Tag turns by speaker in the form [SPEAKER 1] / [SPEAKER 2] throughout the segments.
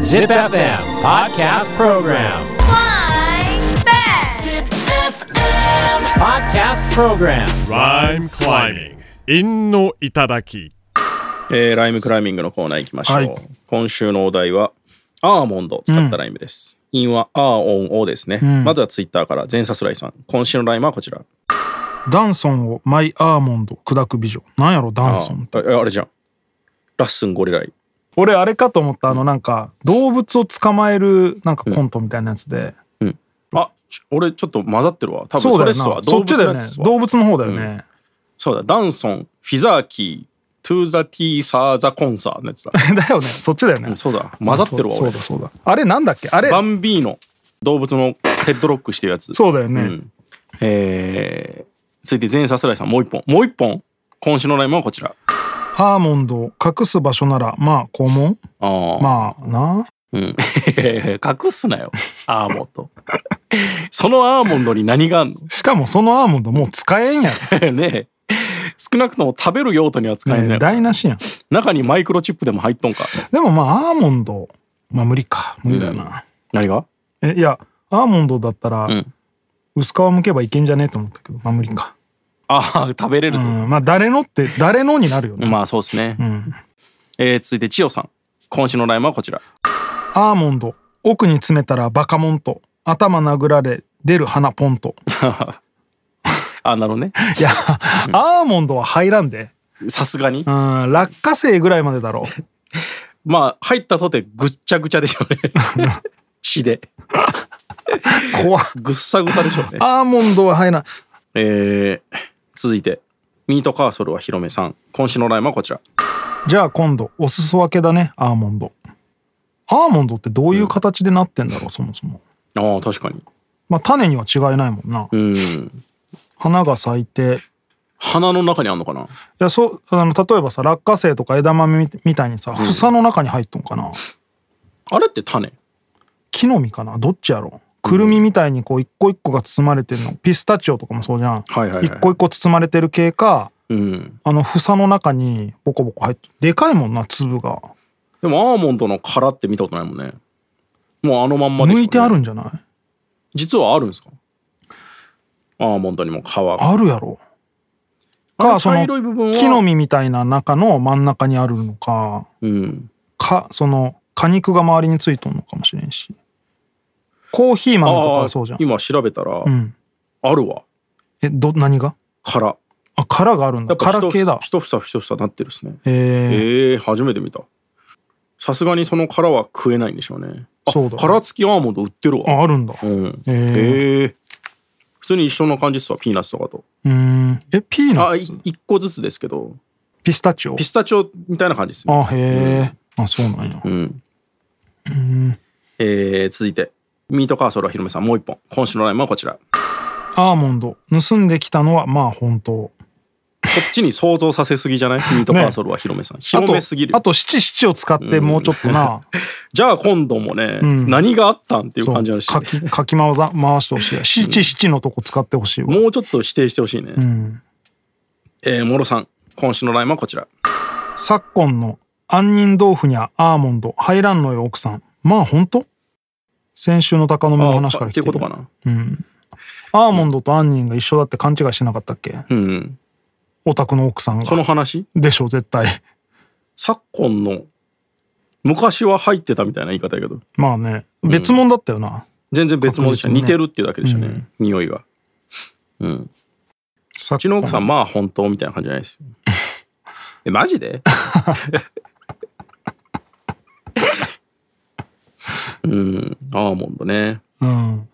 [SPEAKER 1] Zip FM Podcast Program.
[SPEAKER 2] Flying back.
[SPEAKER 1] Podcast Program.
[SPEAKER 3] Rhyme climbing. 陰の頂き。
[SPEAKER 4] えーライムクライミングのコーナー行きましょう。今週のお題は、アーモンドを使ったライムです。インはアーオンオですね。まずはツイッターから、全サスライさん。今週のライムはこちら。
[SPEAKER 5] ダンソンをマイアーモンド砕く美女。なんやろダン
[SPEAKER 4] あ
[SPEAKER 5] ソンって。
[SPEAKER 4] あああれじゃん。ラッスンゴリライ。
[SPEAKER 5] 俺あれかと思ったあのなんか動物を捕まえるなんかコントみたいなやつで。
[SPEAKER 4] あ、ち俺ちょっと混ざってるわ。多分
[SPEAKER 5] そう
[SPEAKER 4] そ
[SPEAKER 5] だ
[SPEAKER 4] れ
[SPEAKER 5] よ
[SPEAKER 4] っすわ。
[SPEAKER 5] な。そっちだよ
[SPEAKER 4] 動物のやつ
[SPEAKER 5] ね
[SPEAKER 4] っ。すわ
[SPEAKER 5] 動物の方だよね。
[SPEAKER 4] そうだ、ダンソン、フィザーキー、トゥーザティーサーザコンサーのやつだ。
[SPEAKER 5] だよね。そっちだよ
[SPEAKER 4] う
[SPEAKER 5] ね
[SPEAKER 4] ん。そうだ、混ざってるわ、
[SPEAKER 5] そう
[SPEAKER 4] 俺
[SPEAKER 5] だ。そうだ。そうだあれなんだっけあれ
[SPEAKER 4] バンビーノ、動物のヘッドロックしてるやつ。
[SPEAKER 5] そうだよね。
[SPEAKER 4] うんえー、続いて全サスライさんもう一本もう一本今週のラインはこちら
[SPEAKER 5] アーモンドを隠す場所ならまあ肛門
[SPEAKER 4] あー、
[SPEAKER 5] まあな。
[SPEAKER 4] うん 隠すなよアーモンドそのアーモンドに何があん
[SPEAKER 5] しかもそのアーモンドもう使えん やろ。
[SPEAKER 4] の ねえ少なくとも食べる用途には使えない、
[SPEAKER 5] ね台無しやん。
[SPEAKER 4] 中にマイクロチップでも入っとんか
[SPEAKER 5] でもまあアーモンド。まあ無理か。無理だよな。
[SPEAKER 4] 何が
[SPEAKER 5] えいやアーモンドだったら
[SPEAKER 4] ん
[SPEAKER 5] 薄皮むけばいけんじゃねえと思ったけどまあ無理か、
[SPEAKER 4] ああ食べれる
[SPEAKER 5] う
[SPEAKER 4] の、
[SPEAKER 5] ん、まあ誰のって誰のになるよね、
[SPEAKER 4] まあそうですね、
[SPEAKER 5] うん、
[SPEAKER 4] えー、続いて千代さん今週のラインはこちら
[SPEAKER 5] アーモンド奥に詰めたらバカモンと頭殴られ出る鼻ポンと
[SPEAKER 4] あなるほどね
[SPEAKER 5] いやアーモンドは入らんで、
[SPEAKER 4] さすがに
[SPEAKER 5] うん、落花生ぐらいまでだろ
[SPEAKER 4] まあ入ったとてぐっちゃぐちゃでしょうね 血で
[SPEAKER 5] う怖っ
[SPEAKER 4] ぐっさぐさでしょうね
[SPEAKER 5] アーモンドは入らん
[SPEAKER 4] えー、続いてミートカーソルは広めさん今週のラインはこちら
[SPEAKER 5] じゃあ今度お裾分けだねアーモンドアーモンドってどういう形でなってんだろうそもそも
[SPEAKER 4] ああ確かに
[SPEAKER 5] まあ種には違いないもんな
[SPEAKER 4] うん
[SPEAKER 5] 花が咲いて
[SPEAKER 4] 鼻の中にあんのかない
[SPEAKER 5] やそうあの例えばさ落花生とか枝豆みみたいにさ房の中に入っとんかな、
[SPEAKER 4] あれって種
[SPEAKER 5] 木の実かなどっちやろくるみみたいにこう一個一個が包まれてるのピスタチオとかもそうじゃん、
[SPEAKER 4] はいはいはい
[SPEAKER 5] 一個一個包まれてる系か
[SPEAKER 4] うん
[SPEAKER 5] あの房の中にボコボコ入ってでかいもんな粒が
[SPEAKER 4] でもアーモンドの殻って見たことないもんねもうあのまんまでしょ、
[SPEAKER 5] 抜
[SPEAKER 4] ね、
[SPEAKER 5] いてあるんじゃない
[SPEAKER 4] 実はあるんですかアーモンドにも皮が
[SPEAKER 5] あるやろ
[SPEAKER 4] あの
[SPEAKER 5] かそ
[SPEAKER 4] 茶
[SPEAKER 5] の
[SPEAKER 4] 色い部分は
[SPEAKER 5] 木の実みたいな中の真ん中にあるのか
[SPEAKER 4] うん
[SPEAKER 5] かその果肉が周りについとんのかもしれんしコーヒー豆とか
[SPEAKER 4] ああ
[SPEAKER 5] はそうじゃん
[SPEAKER 4] 今調べたら、
[SPEAKER 5] うん
[SPEAKER 4] あるわ
[SPEAKER 5] えど何が
[SPEAKER 4] 殻
[SPEAKER 5] あ殻があるんだ殻系だ
[SPEAKER 4] 一房一房なってるですね
[SPEAKER 5] え
[SPEAKER 4] えー、初めて見たさすがにその殻は食えないんでしょうねあ
[SPEAKER 5] そうだ
[SPEAKER 4] 殻付きアーモンド売ってる
[SPEAKER 5] ー、
[SPEAKER 4] わ
[SPEAKER 5] ああるんだ
[SPEAKER 4] うんへえ
[SPEAKER 5] えー、
[SPEAKER 4] 普通に一緒の感じっすわピーナッツとかと
[SPEAKER 5] うーんえピーナ
[SPEAKER 4] あ
[SPEAKER 5] ッ
[SPEAKER 4] い
[SPEAKER 5] ツ
[SPEAKER 4] 一個ずつですけど
[SPEAKER 5] ピスタチオ
[SPEAKER 4] ピスタチオみたいな感じですね
[SPEAKER 5] あへえ、あそうなんや、
[SPEAKER 4] うんえー、続いてミートカーソルはひろめさんもう一本今週のラインはこちらこ
[SPEAKER 5] アーモンド盗んできたのはまあ本当
[SPEAKER 4] っちに想像させすぎじ ゃないミートカーソルはひろめさん
[SPEAKER 5] あ
[SPEAKER 4] 広
[SPEAKER 5] と
[SPEAKER 4] めすぎる
[SPEAKER 5] あと七七を使ってもうちょっと な、
[SPEAKER 4] じゃあ今度もね、
[SPEAKER 5] ん
[SPEAKER 4] 何があったんっていう
[SPEAKER 5] そう
[SPEAKER 4] 感じあるし、
[SPEAKER 5] かきかき回さ回してほしいや七七のとこ使ってほしいわ、
[SPEAKER 4] もうちょっと指定してほしいね、
[SPEAKER 5] うん、
[SPEAKER 4] えー、もろさん今週のラインはこちら
[SPEAKER 5] 昨今の杏仁豆腐にはアーモンド入らんのよ奥さんまあ本当先週の鷹の目の話か
[SPEAKER 4] あ
[SPEAKER 5] ら来
[SPEAKER 4] って
[SPEAKER 5] て
[SPEAKER 4] いう
[SPEAKER 5] る
[SPEAKER 4] ことかな
[SPEAKER 5] うん、アーモンドと杏仁が一緒だって勘違いしてなかったっけ
[SPEAKER 4] うんうん
[SPEAKER 5] オタクの奥さんが
[SPEAKER 4] その話
[SPEAKER 5] でしょ絶対
[SPEAKER 4] 昨今の昔は入ってたみたいな言い方やけど
[SPEAKER 5] まあね別物だったよな、
[SPEAKER 4] 全然別物でした、
[SPEAKER 5] 確
[SPEAKER 4] 似
[SPEAKER 5] 実にね
[SPEAKER 4] てるっていうだけでしたね、匂いがうん
[SPEAKER 5] さ
[SPEAKER 4] うちの奥さんまあ本当みたいな感じじゃないです よえマジで うんアーモンドね
[SPEAKER 5] うん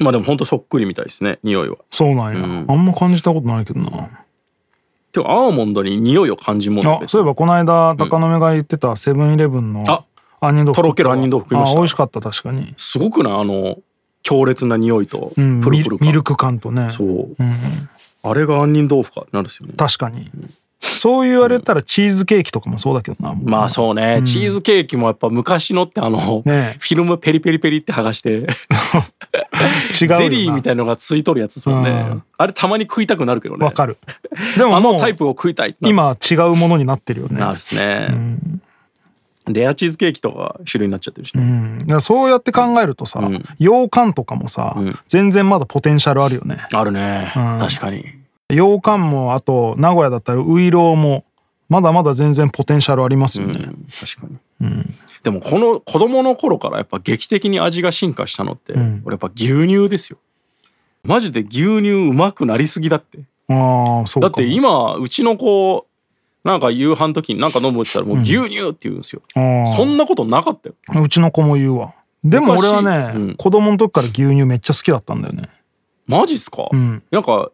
[SPEAKER 4] まあでも本当そっくりみたいですね匂いは
[SPEAKER 5] そうなんや、
[SPEAKER 4] うん
[SPEAKER 5] あんま感じたことないけどな
[SPEAKER 4] てかアーモンドに匂いを感じるもんだ
[SPEAKER 5] あそういえばこの間高野目が言ってたセブンイレブンの
[SPEAKER 4] あ
[SPEAKER 5] 杏仁豆腐
[SPEAKER 4] とろける杏仁豆腐食いました
[SPEAKER 5] あ美味しかった確かに、
[SPEAKER 4] すごくないあの強烈な匂いとプ
[SPEAKER 5] うん、
[SPEAKER 4] ルプル感、
[SPEAKER 5] ミルミルク感とね
[SPEAKER 4] そう、
[SPEAKER 5] ん
[SPEAKER 4] あれが杏仁豆腐かってなるんですよね
[SPEAKER 5] 確かにそう言われたらチーズケーキとかもそうだけどな、
[SPEAKER 4] まあそうね、チーズケーキもやっぱ昔のってあの、
[SPEAKER 5] ねえ
[SPEAKER 4] フィルムペリペリペリって剥が して、
[SPEAKER 5] 違うよな
[SPEAKER 4] ゼリーみたいのがついとるやつですもんね、
[SPEAKER 5] うん
[SPEAKER 4] あれたまに食いたくなるけどね
[SPEAKER 5] わかるでも
[SPEAKER 4] あ
[SPEAKER 5] も
[SPEAKER 4] の
[SPEAKER 5] う
[SPEAKER 4] タイプを食いたいってなる
[SPEAKER 5] 今は違うものになってるよね
[SPEAKER 4] なるっすね、レアチーズケーキとか主流になっちゃってるしね。
[SPEAKER 5] うんだからそうやって考えるとさ、羊羹とかもさ、全然まだポテンシャルあるよね
[SPEAKER 4] あるね、確かに。
[SPEAKER 5] 羊羹もあと名古屋だったらウイローもまだまだ全然ポテンシャルありますよね、
[SPEAKER 4] 確かに。でもこの子供の頃からやっぱ劇的に味が進化したのって、俺やっぱ牛乳ですよ。マジで牛乳うまくなりすぎだって。
[SPEAKER 5] ああそう
[SPEAKER 4] だ
[SPEAKER 5] か
[SPEAKER 4] って今うちの子なんか夕飯の時になんか飲むって言ったらもう牛乳って言うんですよ。
[SPEAKER 5] んあー
[SPEAKER 4] そんなことなかったよ。
[SPEAKER 5] うちの子も言うわでも俺はね、
[SPEAKER 4] 昔うん
[SPEAKER 5] 子供の時から牛乳めっちゃ好きだったんだよね
[SPEAKER 4] マジっすか、
[SPEAKER 5] ん
[SPEAKER 4] なんか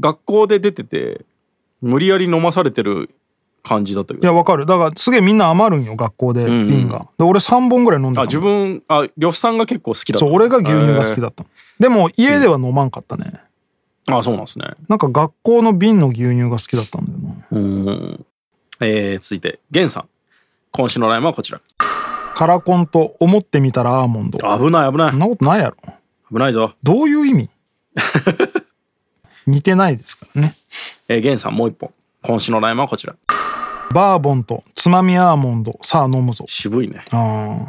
[SPEAKER 4] 学校で出てて無理やり飲まされてる感じだったけ
[SPEAKER 5] い
[SPEAKER 4] ど。
[SPEAKER 5] やわかるだからすげえみんな余るんよ学校で
[SPEAKER 4] ん
[SPEAKER 5] 瓶が、で俺3本ぐらい飲んで
[SPEAKER 4] あ
[SPEAKER 5] た
[SPEAKER 4] 自分あ呂布さんが結構好きだった
[SPEAKER 5] そう俺が牛乳が好きだった、でも家では飲まんかったね、
[SPEAKER 4] えーあそうなんですね
[SPEAKER 5] なんか学校の瓶の牛乳が好きだったんだよな
[SPEAKER 4] うんえー、続いてゲンさん今週のラインはこちら
[SPEAKER 5] カラコンと思ってみたらアーモンド
[SPEAKER 4] 危ない危ない
[SPEAKER 5] そんなことないやろ
[SPEAKER 4] 危ないぞ、
[SPEAKER 5] どういう 意味似てないですからね
[SPEAKER 4] えー、ゲンさんもう一本今週のラインはこちら
[SPEAKER 5] バーボンとつまみアーモンドさあ飲むぞ
[SPEAKER 4] 渋いね
[SPEAKER 5] あー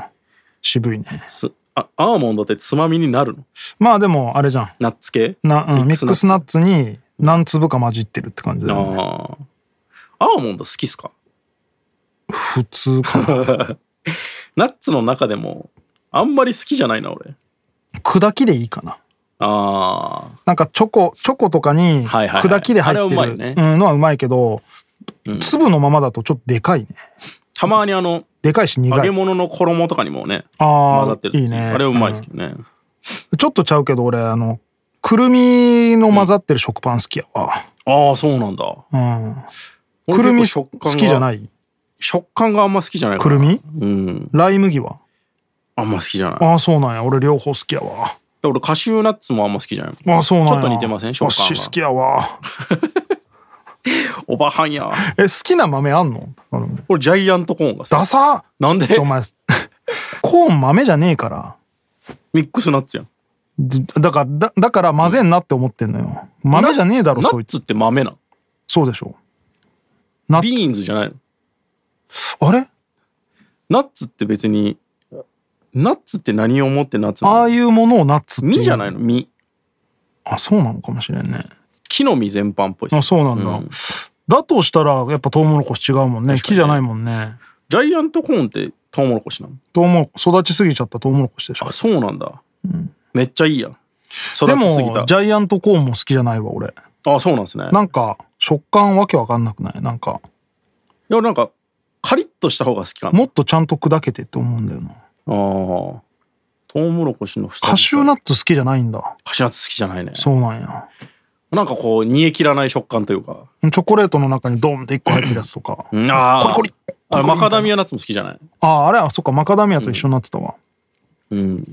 [SPEAKER 5] 渋いね
[SPEAKER 4] つあアーモンドってつまみになるの
[SPEAKER 5] まあでもあれじゃん
[SPEAKER 4] ナッツ系
[SPEAKER 5] な、うん、ミ
[SPEAKER 4] ミ
[SPEAKER 5] ッ
[SPEAKER 4] ッ
[SPEAKER 5] ク
[SPEAKER 4] ク
[SPEAKER 5] ス
[SPEAKER 4] ス
[SPEAKER 5] ナッツに何粒か混じってるって感じだ
[SPEAKER 4] あ
[SPEAKER 5] よね
[SPEAKER 4] ーアーモンド好きっすか
[SPEAKER 5] 普通かな
[SPEAKER 4] ナ ッツの中でもあんまり好きじゃないな俺
[SPEAKER 5] 砕きでいいかな
[SPEAKER 4] あー
[SPEAKER 5] なんかチョコチョコとかに
[SPEAKER 4] はいはいはい
[SPEAKER 5] 砕きで入って
[SPEAKER 4] あれはうまいね
[SPEAKER 5] るうんのはうまいけど粒のままだとちょっとでかいね
[SPEAKER 4] たまにあの
[SPEAKER 5] でかいし苦
[SPEAKER 4] 揚げ
[SPEAKER 5] い
[SPEAKER 4] 物の衣とかにもね
[SPEAKER 5] あ
[SPEAKER 4] 混ざって
[SPEAKER 5] ー
[SPEAKER 4] る
[SPEAKER 5] いいね
[SPEAKER 4] あれうまいですけどね、
[SPEAKER 5] うんちょっとちゃうけど俺あのくるみの混ざってる食パン好きやわ
[SPEAKER 4] ああそうなんだ
[SPEAKER 5] うん
[SPEAKER 4] 俺
[SPEAKER 5] くるみ
[SPEAKER 4] 結
[SPEAKER 5] 好
[SPEAKER 4] 構食感が
[SPEAKER 5] きじゃない
[SPEAKER 4] 食感があんま好きじゃないか
[SPEAKER 5] く
[SPEAKER 4] ら
[SPEAKER 5] るみ
[SPEAKER 4] うん
[SPEAKER 5] ライ麦は
[SPEAKER 4] あんま好きじゃない
[SPEAKER 5] ああそうなんや俺両方好きやわ
[SPEAKER 4] で俺カシューナッツもあんま好きじゃない
[SPEAKER 5] ああそうなんや
[SPEAKER 4] ちょっと似てません食
[SPEAKER 5] あ
[SPEAKER 4] 感が
[SPEAKER 5] し好きやわ
[SPEAKER 4] おばはんや
[SPEAKER 5] え好きな豆あんのあの
[SPEAKER 4] 俺ジャイアントコーンが好き
[SPEAKER 5] ダサ
[SPEAKER 4] なんで
[SPEAKER 5] ちょお前 コーン豆じゃねえから
[SPEAKER 4] ミックスナッツやん
[SPEAKER 5] ずだからだだから混ぜんなって思ってんのよ豆じゃねえだろ
[SPEAKER 4] ナ
[SPEAKER 5] そ
[SPEAKER 4] ッ
[SPEAKER 5] い
[SPEAKER 4] ツ
[SPEAKER 5] つ
[SPEAKER 4] って豆な
[SPEAKER 5] そうでしょ
[SPEAKER 4] の
[SPEAKER 5] ナ
[SPEAKER 4] ビ
[SPEAKER 5] ッツ
[SPEAKER 4] ーンズじゃないの
[SPEAKER 5] あれ
[SPEAKER 4] ナッツって別にナッツって何をもってナッツな
[SPEAKER 5] あ
[SPEAKER 4] の
[SPEAKER 5] あいうものをナッツっていう
[SPEAKER 4] 実じゃないの実
[SPEAKER 5] あそうなのかもしれんね
[SPEAKER 4] 木の実全般っぽいっす
[SPEAKER 5] あそうなんだ、
[SPEAKER 4] うん
[SPEAKER 5] だとしたらやっぱトウモロコシ違うもんね木じゃないもんね
[SPEAKER 4] ジャイアントコーンってトウモロコシなの
[SPEAKER 5] トウモロ育ちすぎちゃったトウモロコシでしょ
[SPEAKER 4] あそうなんだ、めっちゃいいやん育
[SPEAKER 5] で
[SPEAKER 4] ちすぎ
[SPEAKER 5] も
[SPEAKER 4] た
[SPEAKER 5] ジャイアントコーンも好きじゃないわ俺
[SPEAKER 4] あそうなんですね
[SPEAKER 5] なんか食感わけわかんなくないなんか
[SPEAKER 4] いやなんかカリッとした方が好きかな
[SPEAKER 5] もっとちゃんと砕けてって思うんだよな
[SPEAKER 4] あートウモロコシの
[SPEAKER 5] カシュー
[SPEAKER 4] ナ
[SPEAKER 5] ナッツ好きじゃないんだ
[SPEAKER 4] カシューナッツ好きじゃないね
[SPEAKER 5] そうなんや
[SPEAKER 4] なんかこう煮え切らない食感というか
[SPEAKER 5] チョコレートの中にドーンって1個入ってるやつとか
[SPEAKER 4] うんあー
[SPEAKER 5] コリコリ
[SPEAKER 4] あれマカダミアナッツも好きじゃない
[SPEAKER 5] あああれはそっかマカダミアと一緒になってたわ、好
[SPEAKER 4] うん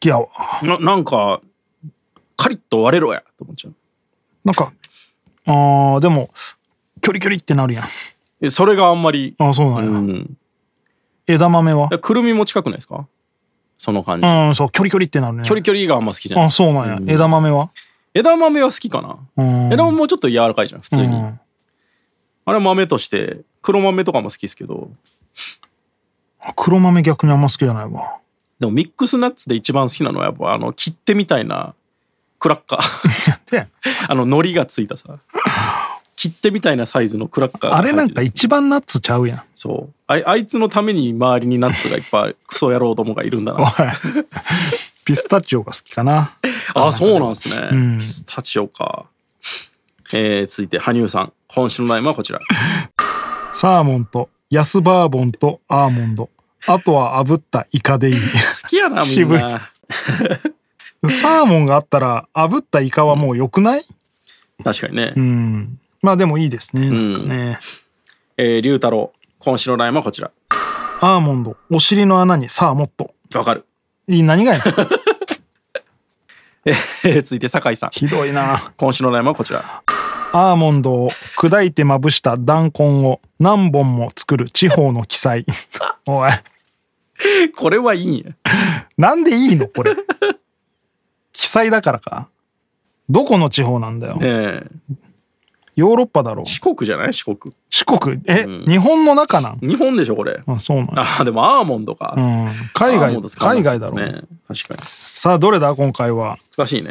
[SPEAKER 5] きやわ
[SPEAKER 4] ななんかカリッと割れろやと思っちゃう
[SPEAKER 5] なんかあーでもキョリキョリってなるやん
[SPEAKER 4] えそれがあんまり
[SPEAKER 5] ああそうな
[SPEAKER 4] うん
[SPEAKER 5] や、
[SPEAKER 4] ん
[SPEAKER 5] 枝豆は
[SPEAKER 4] くるみも近くないですかその感じ
[SPEAKER 5] うんそうキョリキョリってなるね
[SPEAKER 4] 距離距離があんま好きじゃ
[SPEAKER 5] あ
[SPEAKER 4] な
[SPEAKER 5] あ
[SPEAKER 4] い
[SPEAKER 5] そうなんや、枝豆は
[SPEAKER 4] 枝豆は好きかな
[SPEAKER 5] うん
[SPEAKER 4] 枝豆もちょっと柔らかいじゃん普通に
[SPEAKER 5] うん
[SPEAKER 4] あれ豆として黒豆とかも好きですけど
[SPEAKER 5] 黒豆逆にあんま好きじゃないわ
[SPEAKER 4] でもミックスナッツで一番好きなのはやっぱあの切手みたいなクラッカー
[SPEAKER 5] で
[SPEAKER 4] あの海苔がついたさ切手みたいなサイズのクラッカーが
[SPEAKER 5] あれなん
[SPEAKER 4] 入っ
[SPEAKER 5] か
[SPEAKER 4] てる
[SPEAKER 5] 一番ナッツちゃうやん
[SPEAKER 4] そうあいあいつのために周りにナッツがいっぱいあるクソ野郎どもがいるんだな
[SPEAKER 5] おいピスタチオが好きかな
[SPEAKER 4] あそうなんですね、ピスタチオかえー、続いて羽生さん今週のラインはこちら
[SPEAKER 5] サーモンとヤスバーボンとアーモンドあとは炙ったイカでいい
[SPEAKER 4] 好きやなみん
[SPEAKER 5] 渋い
[SPEAKER 4] な
[SPEAKER 5] サーモンがあったら炙ったイカはもう良くない
[SPEAKER 4] 確かにね、
[SPEAKER 5] うんまあでもいいですねなんかね、
[SPEAKER 4] えー、龍太郎今週のラインはこちら
[SPEAKER 5] アーモンドお尻の穴にさあもっと
[SPEAKER 4] わかる
[SPEAKER 5] いい何がやねん
[SPEAKER 4] 続いて酒井さん
[SPEAKER 5] ひどいな
[SPEAKER 4] 今週のラインはこちら
[SPEAKER 5] アーモンドを砕いてまぶした弾痕を何本も作る地方の 記載おい
[SPEAKER 4] これはいいんや
[SPEAKER 5] なんでいいのこれ記載だからかどこの地方なんだよ
[SPEAKER 4] ええ
[SPEAKER 5] ヨーロッパだろう。
[SPEAKER 4] 四国じゃない四国。
[SPEAKER 5] 四国。え、
[SPEAKER 4] うん
[SPEAKER 5] 日本の中なん
[SPEAKER 4] 日本でしょ、これ。
[SPEAKER 5] あ、そうなんや
[SPEAKER 4] ああ、でもアーモンドか。
[SPEAKER 5] うん、海
[SPEAKER 4] アーモンド
[SPEAKER 5] 外、
[SPEAKER 4] 使わな
[SPEAKER 5] 海
[SPEAKER 4] い
[SPEAKER 5] 外
[SPEAKER 4] で
[SPEAKER 5] だ
[SPEAKER 4] す
[SPEAKER 5] ろう。
[SPEAKER 4] ね。確かに。
[SPEAKER 5] さあ、どれだ今回は。
[SPEAKER 4] 難しいね。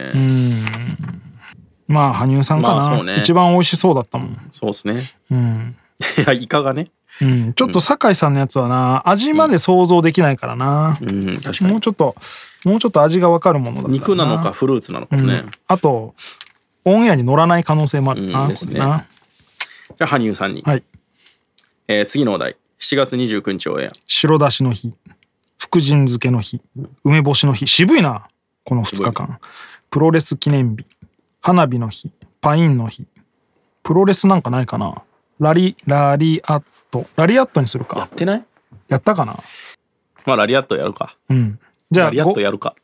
[SPEAKER 5] まあ、羽生さんかな、
[SPEAKER 4] まあそうね
[SPEAKER 5] 一番美味しそうだったもん。
[SPEAKER 4] そうですね。
[SPEAKER 5] うん。
[SPEAKER 4] いや、イカがね。
[SPEAKER 5] うん、ちょっと酒井さんのやつはな、味まで想像できないからな。
[SPEAKER 4] うん、確か
[SPEAKER 5] も
[SPEAKER 4] に
[SPEAKER 5] う。ちょっと、もうちょっと味がわかるものだったら
[SPEAKER 4] 肉なのか。フルーツなのか
[SPEAKER 5] う
[SPEAKER 4] も
[SPEAKER 5] ん
[SPEAKER 4] ね。
[SPEAKER 5] あと、オンエアに乗らない可能性もあるな。
[SPEAKER 4] うんですね
[SPEAKER 5] これな
[SPEAKER 4] じゃあ、羽生さんに。
[SPEAKER 5] はい。
[SPEAKER 4] えー次のお題。7月29日オンエア。
[SPEAKER 5] 白だしの日福神漬けの日梅干しの日渋いなこの2日間プロレス記念日花火の日パインの日プロレスなんかないかなラリラリアットラリアットにする
[SPEAKER 4] やっ
[SPEAKER 5] か
[SPEAKER 4] てない
[SPEAKER 5] やったかな
[SPEAKER 4] まあ、ラリアットやるか。
[SPEAKER 5] うんじゃ
[SPEAKER 4] ラ
[SPEAKER 5] あ
[SPEAKER 4] リアットやるか。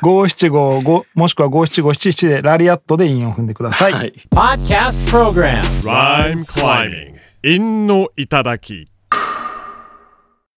[SPEAKER 5] 五七五五もしくは五七五七七でラリアットで韻を踏んでください、
[SPEAKER 4] はい。
[SPEAKER 1] Podcast Program.
[SPEAKER 3] Rhyme climbing. 陰の頂き。